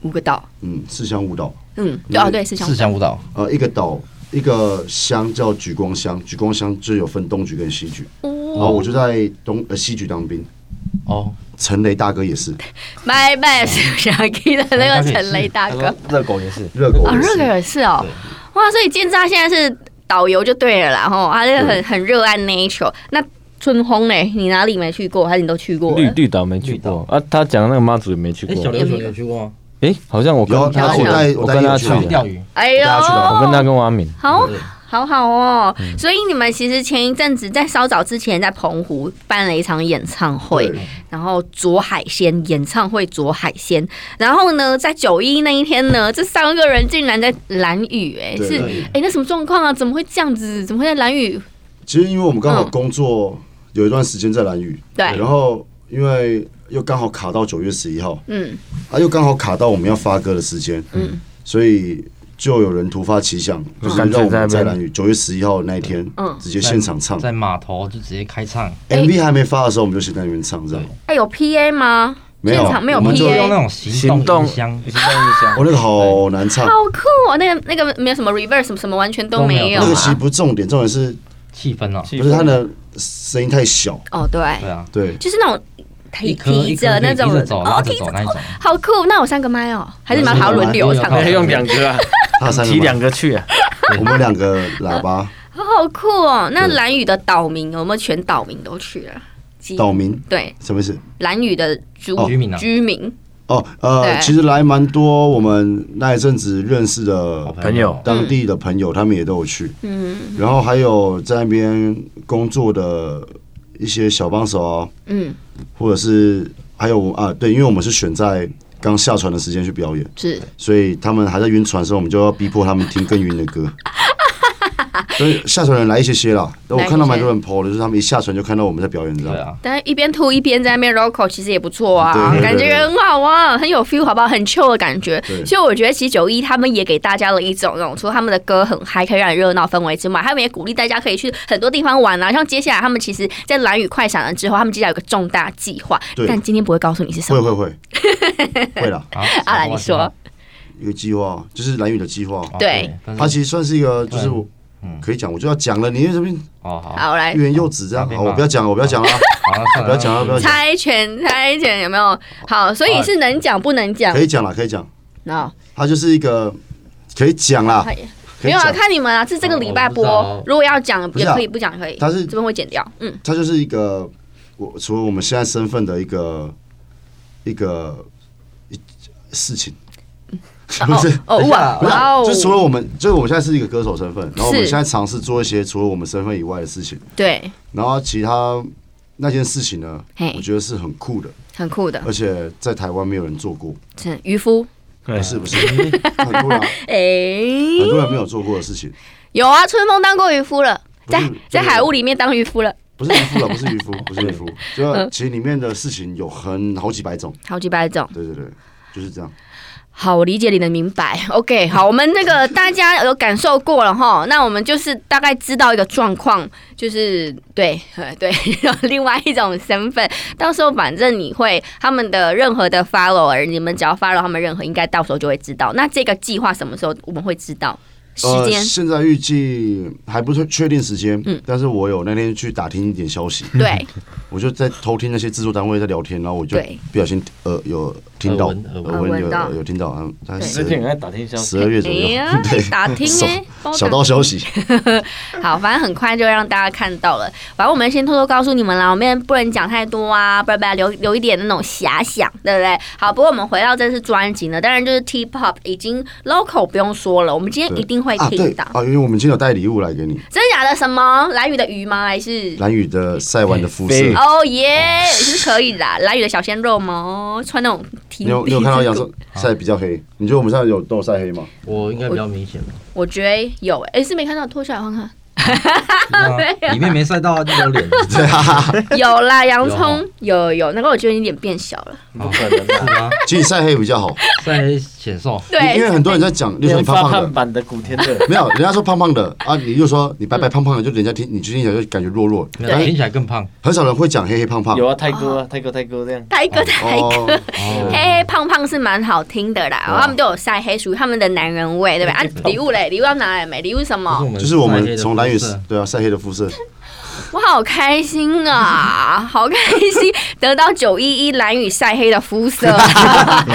[SPEAKER 4] 五个岛，
[SPEAKER 5] 嗯，四乡五岛，
[SPEAKER 4] 嗯，
[SPEAKER 5] 因为
[SPEAKER 4] 对哦，对，是香
[SPEAKER 3] 四乡舞蹈，
[SPEAKER 5] 呃，一个岛一个乡叫莒光乡，莒光乡就有分东莒跟西莒，
[SPEAKER 4] 哦
[SPEAKER 5] 然后我就在东呃西莒当兵，
[SPEAKER 3] 哦，
[SPEAKER 5] 陈雷大哥也是，
[SPEAKER 4] 拜拜，是 Shaggy 的那个陈雷大哥。
[SPEAKER 6] 热狗也是，
[SPEAKER 5] 热狗
[SPEAKER 4] 啊，
[SPEAKER 5] 也
[SPEAKER 4] 热狗
[SPEAKER 5] 是，
[SPEAKER 4] 也是哦，哇！所以建渣现在是导游就对了啦，吼，他就很很热爱 nature。那春烘呢？你哪里没去过？还是你都去过
[SPEAKER 6] 绿
[SPEAKER 4] 了？
[SPEAKER 6] 绿岛没去过啊，他讲的那个妈祖也没去
[SPEAKER 3] 哎，小
[SPEAKER 6] 过。
[SPEAKER 3] 琉球有去过吗？
[SPEAKER 6] 哎，好像我跟
[SPEAKER 5] 有
[SPEAKER 6] 他
[SPEAKER 5] 他
[SPEAKER 6] 去
[SPEAKER 4] 我
[SPEAKER 5] 带
[SPEAKER 6] 了，
[SPEAKER 5] 我带
[SPEAKER 6] 跟
[SPEAKER 5] 你
[SPEAKER 6] 他
[SPEAKER 5] 去
[SPEAKER 6] 了
[SPEAKER 5] 对
[SPEAKER 3] 去钓鱼，
[SPEAKER 4] 哎呦，
[SPEAKER 5] 大家去嗯哪
[SPEAKER 6] 我跟他跟我阿敏，
[SPEAKER 4] 好
[SPEAKER 3] 对
[SPEAKER 4] 好好哦，所以你们其实前一阵子在稍早之前在澎湖办了一场演唱会，
[SPEAKER 5] 对
[SPEAKER 4] 然后左海鲜演唱会左海鲜，然后呢，在九一那一天呢，这三个人竟然在蓝雨、哎，
[SPEAKER 5] 对
[SPEAKER 4] 是
[SPEAKER 5] 蓝屿
[SPEAKER 4] 哎、那什么状况啊？怎么会这样子？怎么会在蓝雨？
[SPEAKER 5] 其实因为我们刚好
[SPEAKER 4] 嗯
[SPEAKER 5] 工作有一段时间在兰屿，
[SPEAKER 4] 对
[SPEAKER 5] 然后因为又刚好卡到九月十一号，
[SPEAKER 4] 嗯，
[SPEAKER 5] 啊，又刚好卡到我们要发歌的时间，嗯，所以就有人突发奇想，就是
[SPEAKER 6] 干
[SPEAKER 5] 让
[SPEAKER 6] 脆
[SPEAKER 5] 我
[SPEAKER 6] 在那
[SPEAKER 5] 们在
[SPEAKER 6] 边
[SPEAKER 5] 兰屿九月十一号那一天，
[SPEAKER 4] 嗯
[SPEAKER 5] 直接现场唱
[SPEAKER 3] 在码头就直接开唱，
[SPEAKER 5] ，MV 还没发的时候，我们就先在那边唱，这样
[SPEAKER 4] 哎、有 PA 吗？
[SPEAKER 5] 没有
[SPEAKER 4] 现场没有
[SPEAKER 5] 我们就
[SPEAKER 4] PA
[SPEAKER 3] 用那种行
[SPEAKER 6] 行动
[SPEAKER 3] 动音箱，
[SPEAKER 5] 哦，那个好难唱
[SPEAKER 4] 好，酷哦！那个那个没有什么 reverse 什么什么，完全都
[SPEAKER 3] 都没有
[SPEAKER 4] 没有
[SPEAKER 5] 那个其实
[SPEAKER 4] 啊。
[SPEAKER 5] 不是重点，重点是
[SPEAKER 3] 气氛啊，
[SPEAKER 5] 不是他的声音太小，
[SPEAKER 4] 哦，对，
[SPEAKER 3] 对啊，
[SPEAKER 5] 对，
[SPEAKER 4] 就是那种
[SPEAKER 3] 一
[SPEAKER 4] 提
[SPEAKER 3] 颗
[SPEAKER 4] 提
[SPEAKER 3] 一颗
[SPEAKER 4] 着那种
[SPEAKER 3] 提着走，
[SPEAKER 4] 哦
[SPEAKER 3] 拉，着
[SPEAKER 4] 提
[SPEAKER 3] 走那一种，
[SPEAKER 4] 好酷！那有三个麦哦，还是你们要还要轮流唱？
[SPEAKER 3] 有有有
[SPEAKER 6] 用两 个啊，
[SPEAKER 5] 他的三
[SPEAKER 6] 提两
[SPEAKER 5] 个
[SPEAKER 6] 个去啊。
[SPEAKER 5] 麦，我们两个 喇叭
[SPEAKER 4] 好好酷哦！那蓝屿的岛民有没有全岛民都去了？几
[SPEAKER 5] 岛民
[SPEAKER 4] 对，
[SPEAKER 5] 什么意思？
[SPEAKER 4] 蓝屿的居
[SPEAKER 3] 哦居民啊
[SPEAKER 4] 居民
[SPEAKER 5] 哦，呃
[SPEAKER 4] 对，
[SPEAKER 5] 其实来蛮多我们那一阵子认识的
[SPEAKER 6] 朋友
[SPEAKER 5] 当地的朋友，他们也都有去，
[SPEAKER 4] 嗯
[SPEAKER 5] 然后还有在那边工作的一些小帮手啊，
[SPEAKER 4] 嗯
[SPEAKER 5] 或者是还有我啊，对，因为我们是选在刚下船的时间去表演，
[SPEAKER 4] 是
[SPEAKER 5] 所以他们还在晕船的时候，我们就要逼迫他们听更晕的歌。所以下船人来一些些啦，我看到蛮多人 PO 的，就是他们一下船就看到我们在表演，你知道
[SPEAKER 3] 对
[SPEAKER 5] 吗？
[SPEAKER 3] 啊，
[SPEAKER 4] 但一边吐一边在那边 local，其实也不错啊，
[SPEAKER 5] 对对对
[SPEAKER 4] 感觉很好啊，很有 feel，好不好？很 chill 的感觉。
[SPEAKER 5] 对
[SPEAKER 4] 所以我觉得其实九一他们也给大家了一种那种，除了他们的歌很嗨，可以让人热闹氛围之外，他们也鼓励大家可以去很多地方玩啊。像接啊下来他们其实，在蓝雨快闪了之后，他们接下来有个重大计划，
[SPEAKER 5] 对
[SPEAKER 4] 但今天不会告诉你是什
[SPEAKER 5] 会
[SPEAKER 4] 么。
[SPEAKER 5] 会会会啦，
[SPEAKER 3] 啊，
[SPEAKER 4] 阿兰，你说，
[SPEAKER 5] 一个计划就是蓝宇的计划，
[SPEAKER 3] 哦
[SPEAKER 4] 对，
[SPEAKER 3] 但是
[SPEAKER 5] 它其实算是一个就是我
[SPEAKER 3] 嗯
[SPEAKER 5] 可以讲，我就要讲了，你这边
[SPEAKER 3] 哦好，
[SPEAKER 4] 好来
[SPEAKER 5] 欲。言又止这样，
[SPEAKER 3] 好
[SPEAKER 5] 好，我不要讲了，我不要讲了啊，
[SPEAKER 3] 好那算了
[SPEAKER 5] 不要讲了不要讲
[SPEAKER 4] 猜拳，猜拳有没有？好，所以是能讲不能讲
[SPEAKER 5] 可。以讲了，可以讲，
[SPEAKER 4] 那
[SPEAKER 5] 它就是一个可以讲啦，可
[SPEAKER 4] 没
[SPEAKER 5] 以
[SPEAKER 4] 有啊，
[SPEAKER 5] 讲，
[SPEAKER 4] 看你们啊，是这个礼拜
[SPEAKER 3] 哦我不知
[SPEAKER 4] 播
[SPEAKER 3] 道。
[SPEAKER 4] 如果要讲
[SPEAKER 5] 不
[SPEAKER 4] 也
[SPEAKER 5] 是啊
[SPEAKER 4] 可以，不讲也可以。
[SPEAKER 5] 它是
[SPEAKER 4] 这边会剪掉。嗯，
[SPEAKER 5] 它就是一个我除了我们现在身份的一个一个一事情， 不是。
[SPEAKER 4] 哦哇
[SPEAKER 5] 不
[SPEAKER 4] 哇
[SPEAKER 5] 是啊，
[SPEAKER 4] 哦，
[SPEAKER 5] 就除了我们，就是我们现在是一个歌手身份，然后我们
[SPEAKER 4] 是
[SPEAKER 5] 现在尝试做一些除了我们身份以外的事情，
[SPEAKER 4] 对，
[SPEAKER 5] 然后其他那件事情呢
[SPEAKER 4] 嘿，
[SPEAKER 5] 我觉得是很酷的，
[SPEAKER 4] 很酷的，
[SPEAKER 5] 而且在台湾没有人做过，
[SPEAKER 4] 是渔夫。
[SPEAKER 6] 对
[SPEAKER 5] 不是不是，哎很多 人啊
[SPEAKER 4] 哎，
[SPEAKER 5] 很多人没有做过的事情，
[SPEAKER 4] 有啊，春风当过渔夫了，
[SPEAKER 5] 不
[SPEAKER 4] 在
[SPEAKER 5] 是
[SPEAKER 4] 在
[SPEAKER 5] 就是
[SPEAKER 4] 海雾里面当渔夫了，
[SPEAKER 5] 不是渔夫了，不是渔夫，不是 渔夫，
[SPEAKER 4] 嗯
[SPEAKER 5] 就其实里面的事情有很好几百种，
[SPEAKER 4] 好几百种。
[SPEAKER 5] 对对对，就是这样。
[SPEAKER 4] 好，我理解你的明白。OK，好，我们那个大家有感受过了哈，那我们就是大概知道一个状况，就是对 呃对，另外一种身份，到时候反正你会他们的任何的 follower，你们只要 follow 他们任何，应该到时候就会知道。那这个计划什么时候我们会知道？时
[SPEAKER 5] 呃，
[SPEAKER 4] 间、
[SPEAKER 5] 现在预计还不确确定时间，
[SPEAKER 4] 嗯
[SPEAKER 5] 但是我有那天去打听一点消息，
[SPEAKER 4] 对
[SPEAKER 5] 我就在偷听那些制作单位在聊天，然后我就
[SPEAKER 4] 对
[SPEAKER 5] 不小心呃有听到
[SPEAKER 3] 耳闻耳闻
[SPEAKER 5] 耳闻
[SPEAKER 4] 耳闻到
[SPEAKER 5] 有有听到，嗯，大概
[SPEAKER 4] 对
[SPEAKER 5] 十
[SPEAKER 6] 最近很爱打听消息，
[SPEAKER 5] 十二月左右
[SPEAKER 4] 哎 呀，
[SPEAKER 5] 对，
[SPEAKER 4] 打听
[SPEAKER 5] 手
[SPEAKER 4] 哎、包
[SPEAKER 5] 小
[SPEAKER 4] 打
[SPEAKER 5] 道消息，
[SPEAKER 4] 好，反正很快就让大家看到了。反正我们先偷偷告诉你们啦，我们也不能讲太多啊，不然不然留留一点那种遐想，对不对？好，不过我们回到这次专辑呢，当然就是 T-pop 已经 local 不用说了，我们今天
[SPEAKER 5] 对
[SPEAKER 4] 一定会
[SPEAKER 5] 啊，对
[SPEAKER 4] 听到。
[SPEAKER 5] 啊，因为我们今天有带礼物来给你，
[SPEAKER 4] 真的假的？什么？蓝雨的鱼吗？还是？
[SPEAKER 5] 蓝宇的晒完的肤
[SPEAKER 6] 飞
[SPEAKER 5] 色，
[SPEAKER 4] 哦耶，是可以啦。蓝雨的小鲜肉吗？穿那种 T，
[SPEAKER 5] 你有你有看到杨总晒得比较黑，你觉得我们现在有都有晒黑吗？
[SPEAKER 3] 我应该比较明显吧
[SPEAKER 4] 我觉得有、哎、是没看到，脱下来看 看。
[SPEAKER 3] 对啊里面没晒到啊就有脸，
[SPEAKER 5] 对啊，
[SPEAKER 4] 有啦，洋葱有有，难怪我觉得你脸变小了。
[SPEAKER 3] 不可能是吗？
[SPEAKER 5] 其实晒黑比较好，
[SPEAKER 3] 晒显瘦，
[SPEAKER 4] 对，
[SPEAKER 5] 因为很多人在讲，就说你胖
[SPEAKER 6] 发
[SPEAKER 5] 胖的
[SPEAKER 6] 胖。版的古天乐
[SPEAKER 5] 没有，人家说胖胖的啊，你就说你白白胖胖的，就人家听你听起来就感觉弱弱，
[SPEAKER 3] 没有听起来更胖。
[SPEAKER 5] 很少人会讲黑黑胖胖。
[SPEAKER 6] 有啊，泰哥啊，泰哥泰哥这样，
[SPEAKER 4] 泰哥泰哥。
[SPEAKER 5] 哦，
[SPEAKER 3] 哦
[SPEAKER 4] 黑黑胖胖是蛮好听的啦，然哦后他们都有晒黑，属于他们的男人味，对
[SPEAKER 3] 哦
[SPEAKER 4] 吧？啊，礼物嘞，礼物要拿来没？礼物是什么？
[SPEAKER 5] 就是我们从蓝宇对啊晒黑的肤色，
[SPEAKER 4] 我好开心啊，好开心得到九一一蓝雨晒黑的肤色、啊，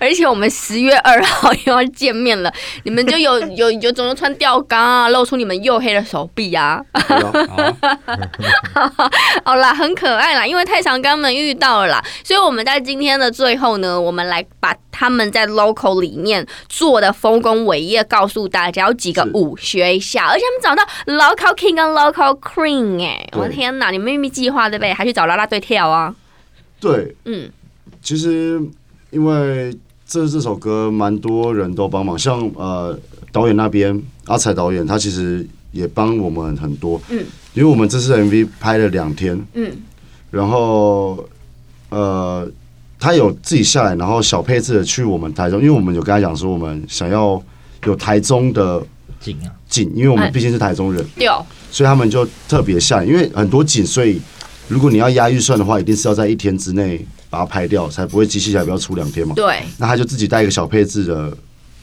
[SPEAKER 4] 而且我们十月二号又要见面了，你们就有有有种种穿吊杆啊，露出你们黝黑的手臂啊，
[SPEAKER 5] 对啊
[SPEAKER 4] 哦好啦，很可爱啦，因为太常跟他们遇到了啦，所以我们在今天的最后呢，我们来把他们在 local 里面做的丰功伟业告诉大家，有几个
[SPEAKER 5] 是
[SPEAKER 4] 舞学一下，而且他们找到 local king 跟 local queen 哎、我的
[SPEAKER 5] 对
[SPEAKER 4] 天哪，你们秘密计划对不对？还去找啦啦队跳啊？
[SPEAKER 5] 对，
[SPEAKER 4] 嗯，
[SPEAKER 5] 其实因为这这首歌蛮多人都帮忙，像呃导演那边阿才导演，他其实也帮我们很多，
[SPEAKER 4] 嗯，
[SPEAKER 5] 因为我们这次的 MV 拍了两天，
[SPEAKER 4] 嗯，
[SPEAKER 5] 然后呃他有自己下来，然后小配置的去我们台中，因为我们有跟他讲说我们想要有台中的
[SPEAKER 3] 景啊，
[SPEAKER 5] 景，因为我
[SPEAKER 4] 哎
[SPEAKER 5] 们毕竟是台中人，
[SPEAKER 4] 对哦，
[SPEAKER 5] 所以他们就特别下来，因为很多景，所以如果你要压预算的话，一定是要在一天之内把它拍掉，才不会机器还不要出两天嘛。
[SPEAKER 4] 对，
[SPEAKER 5] 那他就自己带一个小配置的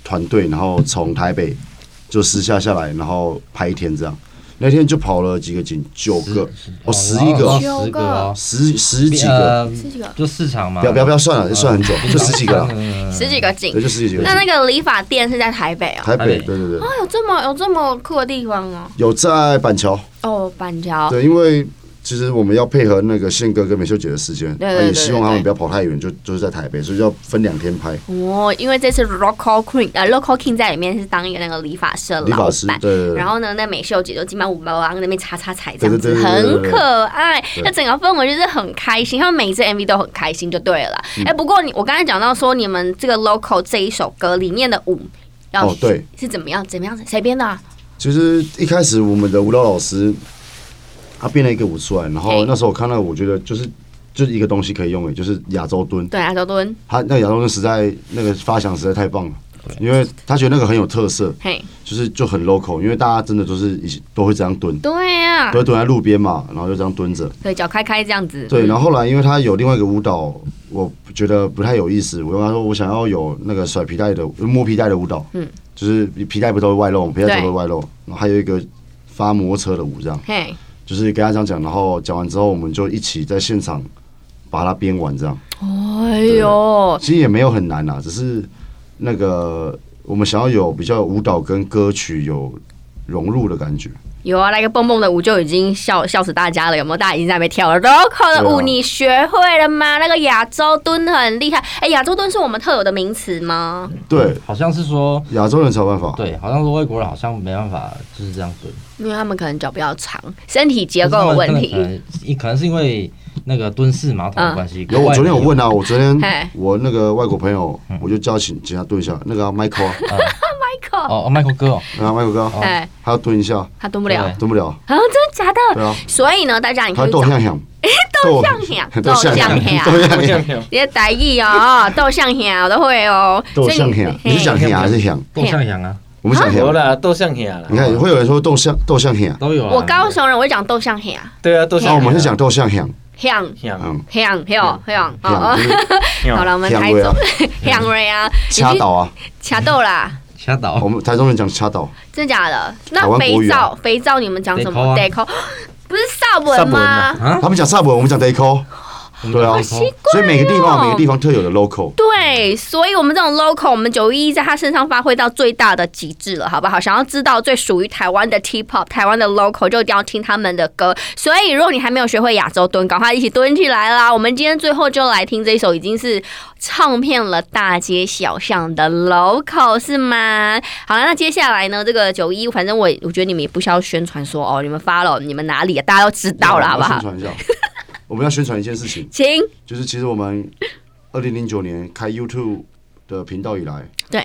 [SPEAKER 5] 团队，然后从台北就私下下来，然后拍一天这样。那天就跑了几个景，九个哦，十一
[SPEAKER 3] 哦
[SPEAKER 5] 个，
[SPEAKER 3] 十个哦，
[SPEAKER 5] 十十几个，
[SPEAKER 3] 呃
[SPEAKER 4] 十几个，
[SPEAKER 3] 就市场嘛，嗯
[SPEAKER 5] 不要不要不要算了，就算很久，就十几个 了，
[SPEAKER 3] 了
[SPEAKER 4] 嗯十几个景
[SPEAKER 5] 对，。就十几个
[SPEAKER 4] 那。那个理发店是在台北哦，
[SPEAKER 5] 台北，
[SPEAKER 3] 台北
[SPEAKER 5] 对对对，
[SPEAKER 4] 啊，有这么有这么酷的地方哦，
[SPEAKER 5] 有在板桥，
[SPEAKER 4] 哦，板桥，
[SPEAKER 5] 对，因为其实我们要配合那个宪哥跟美秀姐的时间，
[SPEAKER 4] 对对
[SPEAKER 5] 那
[SPEAKER 4] 对
[SPEAKER 5] 也希望他
[SPEAKER 4] 对
[SPEAKER 5] 们不要跑太远，就就是在台北，所以就要分两天拍。
[SPEAKER 4] 哦，因为这次 Local Queen 呃 Local King 在里面是当一个那个理发社
[SPEAKER 5] 理
[SPEAKER 4] 老
[SPEAKER 5] 发师
[SPEAKER 4] 板，，
[SPEAKER 5] 对对对，
[SPEAKER 4] 然后呢，那美秀姐就今晚五毛王那边擦擦彩这样子，
[SPEAKER 5] 对对对对对对
[SPEAKER 4] 很
[SPEAKER 5] 对
[SPEAKER 4] 可爱。
[SPEAKER 5] 对
[SPEAKER 4] 那整个氛围就是很开心，他们每一次 MV 都很开心就对了啦。
[SPEAKER 5] 嗯
[SPEAKER 4] 哎、不过你我刚才讲到说你们这个 Local 这一首歌里面的舞要、
[SPEAKER 5] 哦对
[SPEAKER 4] 是怎么样怎么样谁编的、啊？
[SPEAKER 5] 其实一开始我们的舞蹈老师他编了一个舞出来，然后
[SPEAKER 4] 嘿
[SPEAKER 5] 那时候我看到，我觉得就是就是一个东西可以用诶，就是亚洲蹲，
[SPEAKER 4] 对，啊阿周敦，
[SPEAKER 5] 他那个亚洲蹲实在那个发想实在太棒了。因为他觉得那个很有特色，
[SPEAKER 4] 嘿，
[SPEAKER 5] 就是就很 local，因为大家真的都是一起都会这样蹲，
[SPEAKER 4] 对呀、
[SPEAKER 5] 都会蹲在路边嘛，然后就这样蹲着，
[SPEAKER 4] 对，脚开开这样子，
[SPEAKER 5] 对，然后后来因为他有另外一个舞蹈，我觉得不太有意思。我跟他说，我想要有那个甩皮带的、摸皮带的舞蹈，
[SPEAKER 4] 嗯，
[SPEAKER 5] 就是皮带不都会外露，皮带
[SPEAKER 4] 对
[SPEAKER 5] 都会外露。然后还有一个发摩托车的舞，这样
[SPEAKER 4] 嘿，
[SPEAKER 5] 就是跟他这样讲，然后讲完之后，我们就一起在现场把它编完，这样
[SPEAKER 4] 哎呦，
[SPEAKER 5] 其实也没有很难啦，只是那个我们想要有比较舞蹈跟歌曲有融入的感觉。
[SPEAKER 4] 有啊，来个蹦蹦的舞就已经笑笑死大家了，有没有？大家已经在那边跳了。Local 的舞
[SPEAKER 5] 对啊
[SPEAKER 4] 你学会了吗？那个亚洲蹲很厉害。哎、亚洲蹲是我们特有的名词吗？
[SPEAKER 5] 对，
[SPEAKER 3] 好像是说，
[SPEAKER 5] 亚洲人才有办法。
[SPEAKER 3] 对，好像是外国人好像没办法就是这样蹲，
[SPEAKER 4] 因为他们可能脚比较长，身体结构有问
[SPEAKER 3] 可
[SPEAKER 4] 题。
[SPEAKER 3] 能可能是因为那个蹲式马桶的关系。
[SPEAKER 5] 有，我昨天有问啊，我昨天
[SPEAKER 4] 嘿
[SPEAKER 5] 我那个外国朋友，我就叫他请请他蹲一下，那个啊 Michael 啊，
[SPEAKER 3] 哦哦，Michael 哥哦，
[SPEAKER 5] 那个 Michael 哥啊，
[SPEAKER 4] 哎、
[SPEAKER 5] 他要蹲一下，
[SPEAKER 4] 他蹲不了
[SPEAKER 3] 对
[SPEAKER 4] 啊，
[SPEAKER 5] 蹲不了，
[SPEAKER 4] 真的假的？
[SPEAKER 5] 对啊，
[SPEAKER 4] 所以呢，大哎家你
[SPEAKER 5] 他
[SPEAKER 4] 可以
[SPEAKER 5] 豆
[SPEAKER 4] 找
[SPEAKER 5] 向响，豆
[SPEAKER 4] 象
[SPEAKER 5] 豆
[SPEAKER 4] 豆 象
[SPEAKER 5] 向响，
[SPEAKER 4] 响
[SPEAKER 5] 豆
[SPEAKER 6] 我
[SPEAKER 5] 向
[SPEAKER 6] 想
[SPEAKER 5] 响，
[SPEAKER 6] 想，
[SPEAKER 4] 别台语哦，豆象响我都会哦。
[SPEAKER 5] 豆
[SPEAKER 4] 所以
[SPEAKER 5] 向
[SPEAKER 4] 你
[SPEAKER 5] 响，你是讲
[SPEAKER 4] 嘿
[SPEAKER 5] 响还是响？
[SPEAKER 3] 够像羊啊，
[SPEAKER 5] 我们讲
[SPEAKER 6] 有
[SPEAKER 5] 响，
[SPEAKER 6] 啦，豆像虾啦
[SPEAKER 5] 你。看会有人说豆向豆向响，
[SPEAKER 3] 都有啊。
[SPEAKER 4] 我高雄人，我会讲豆象响
[SPEAKER 6] 对啊，豆像
[SPEAKER 5] 那哦
[SPEAKER 6] 虾。
[SPEAKER 5] 我们是讲豆向响，
[SPEAKER 4] 响
[SPEAKER 6] 想
[SPEAKER 5] 嗯，
[SPEAKER 4] 响响响
[SPEAKER 5] 响
[SPEAKER 4] 哦。
[SPEAKER 5] 就是
[SPEAKER 4] 好了，我们
[SPEAKER 5] 响
[SPEAKER 4] 台
[SPEAKER 5] 味
[SPEAKER 4] 中
[SPEAKER 5] 啊，
[SPEAKER 4] 响瑞啊， 你
[SPEAKER 5] 掐
[SPEAKER 4] 去
[SPEAKER 5] 倒啊，
[SPEAKER 4] 掐豆啦。
[SPEAKER 3] 吓到
[SPEAKER 5] 我，们台中人讲掐倒，
[SPEAKER 4] 真假的？
[SPEAKER 5] 台
[SPEAKER 4] 那
[SPEAKER 5] 湾国
[SPEAKER 4] 肥
[SPEAKER 5] 语啊
[SPEAKER 4] 皂，肥皂你们讲什么 d
[SPEAKER 3] 得
[SPEAKER 4] e c o 不是萨文啊吗
[SPEAKER 6] 萨？
[SPEAKER 5] 他们讲萨博，我们讲
[SPEAKER 4] 哦
[SPEAKER 5] deco，对啊，所以每个地方每个地方特有的 local，
[SPEAKER 4] 对，所以我们这种 local，我们九一在他身上发挥到最大的极致了，好不好？想要知道最属于台湾的 T-pop，台湾的 local，就一定要听他们的歌。所以，如果你还没有学会亚洲蹲，赶快一起蹲起来啦！我们今天最后就来听这一首，已经是唱遍了大街小巷的 local，是吗？好了，那接下来呢，这个九一，反正我我觉得你们也不需要宣传说哦，你们发了，你们哪里、啊，大家都知道了，好不好？
[SPEAKER 5] 我们要宣传一下，我们要宣传一件事情。
[SPEAKER 4] 请
[SPEAKER 5] 就是其实我们二零零九年开 YouTube 的频道以来，
[SPEAKER 4] 对，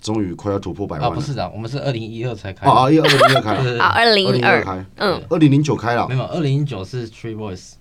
[SPEAKER 5] 终于快要突破百
[SPEAKER 3] 啊，
[SPEAKER 5] 万
[SPEAKER 3] 不
[SPEAKER 5] 了。
[SPEAKER 3] 是的，我们是二零一二才开
[SPEAKER 5] 啊，啊，一二零二开
[SPEAKER 3] 对对
[SPEAKER 5] 了，
[SPEAKER 3] 对
[SPEAKER 4] 好，二零一
[SPEAKER 5] 2012
[SPEAKER 4] 二，
[SPEAKER 5] 开，
[SPEAKER 4] 嗯，
[SPEAKER 5] 二零零九开了
[SPEAKER 3] 没有，二零一九是 Tree Boys，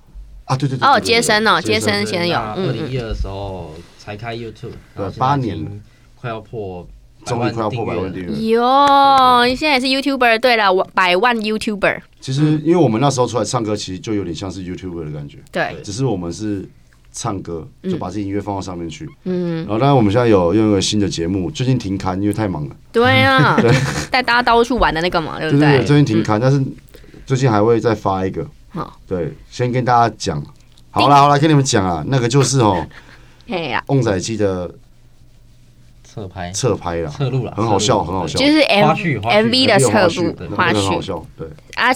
[SPEAKER 5] 啊，对对对，
[SPEAKER 4] 哦，
[SPEAKER 5] 对
[SPEAKER 4] 接生哦，接生
[SPEAKER 5] 生啊
[SPEAKER 4] 先有，
[SPEAKER 3] 二
[SPEAKER 4] 嗯
[SPEAKER 3] 零
[SPEAKER 4] 嗯，
[SPEAKER 3] 一二的时候才开 YouTube，然后
[SPEAKER 5] 对八
[SPEAKER 3] 现在已
[SPEAKER 5] 年
[SPEAKER 3] 经快要破百
[SPEAKER 5] 终
[SPEAKER 3] 万
[SPEAKER 5] 于快要破百万订
[SPEAKER 3] 订阅了。
[SPEAKER 5] 阅。
[SPEAKER 4] 哟，你现在也是 YouTuber，对了，我百万 YouTuber，
[SPEAKER 5] 其实因为我们那时候出来唱歌，其实就有点像是 YouTuber 的感觉，
[SPEAKER 4] 对，
[SPEAKER 5] 只是我们是唱歌，就把这音乐放到上面去。
[SPEAKER 4] 嗯，
[SPEAKER 5] 然后当然我们现在有用一个新的节目，最近停刊，因为太忙了。
[SPEAKER 4] 对啊，带大家到处玩的那个嘛，对
[SPEAKER 5] 对
[SPEAKER 4] 不
[SPEAKER 5] 对对，
[SPEAKER 4] 对？嗯
[SPEAKER 5] 最近停刊，但是最近还会再发一个。
[SPEAKER 4] 好，
[SPEAKER 5] 对，先跟大家讲，好啦好啦，跟你们讲啊，那个就是哦，
[SPEAKER 4] 哎呀，
[SPEAKER 5] 旺仔鸡的
[SPEAKER 3] 侧拍、
[SPEAKER 5] 侧拍啦，
[SPEAKER 3] 侧录啦，
[SPEAKER 5] 很好笑，
[SPEAKER 3] 侧录
[SPEAKER 5] 很好笑
[SPEAKER 4] 就，是 M
[SPEAKER 3] 花絮花絮
[SPEAKER 4] MV 的
[SPEAKER 5] 有花
[SPEAKER 4] 侧
[SPEAKER 5] 絮
[SPEAKER 4] 录
[SPEAKER 5] 对
[SPEAKER 4] 花
[SPEAKER 5] 那个很好
[SPEAKER 4] 絮
[SPEAKER 5] 笑，对，
[SPEAKER 4] 啊，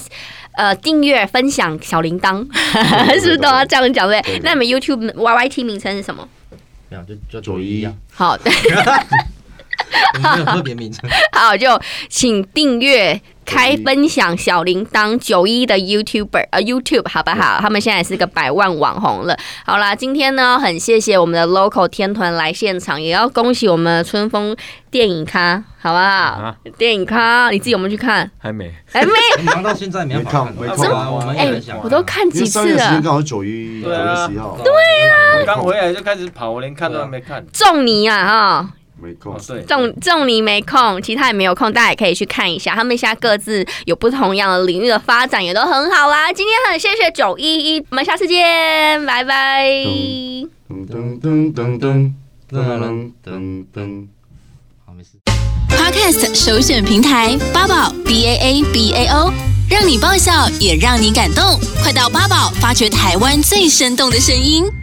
[SPEAKER 4] 呃，订阅、分享、小铃铛， 是不是都要这样讲？对不对
[SPEAKER 5] 对？
[SPEAKER 4] 那你们 YouTube YYT 名称是什么？
[SPEAKER 3] 没有就就
[SPEAKER 5] 九
[SPEAKER 3] 九
[SPEAKER 5] 一
[SPEAKER 3] 一啊，
[SPEAKER 4] 好，
[SPEAKER 3] 我们没有特别名称。
[SPEAKER 4] 好，就请订阅、开分享、小铃铛、九一的 YouTuber 呃 YouTube 好不好？他们现在是个百万网红了。好啦，今天呢，很谢谢我们的 local 天团来现场，也要恭喜我们春风电影咖，好不好？
[SPEAKER 6] 啊
[SPEAKER 4] 电影咖，你自己有没有去看？
[SPEAKER 6] 还没，
[SPEAKER 4] 哎、没，
[SPEAKER 3] 你忙到现在没办法
[SPEAKER 5] 没看没
[SPEAKER 3] 啊
[SPEAKER 5] 看
[SPEAKER 3] 不然我们
[SPEAKER 4] 哎、
[SPEAKER 3] 也很想啊。
[SPEAKER 4] 我都看
[SPEAKER 5] 因
[SPEAKER 4] 几
[SPEAKER 5] 为上映
[SPEAKER 4] 次
[SPEAKER 5] 的时间
[SPEAKER 4] 了。
[SPEAKER 5] 刚好是九一九
[SPEAKER 6] 对
[SPEAKER 5] 月
[SPEAKER 6] 啊
[SPEAKER 5] 十一号，
[SPEAKER 3] 啊
[SPEAKER 6] 我刚回来就开始跑，我连看都还没看。
[SPEAKER 4] 中你啊啊！哦
[SPEAKER 5] 没空
[SPEAKER 6] 哦，，对，
[SPEAKER 4] 仲仲尼没空，其他也没有空，大家也可以去看一下，他们现在各自有不同样的领域的发展，也都很好啦。今天很谢谢九一一，我们下次见，拜拜。
[SPEAKER 5] 嗯噔噔噔噔噔噔噔噔。
[SPEAKER 3] 好，没事。
[SPEAKER 2] Podcast 首选平台八宝 B A A B A O，让你爆笑也让你感动，快到八宝发掘台湾最生动的声音。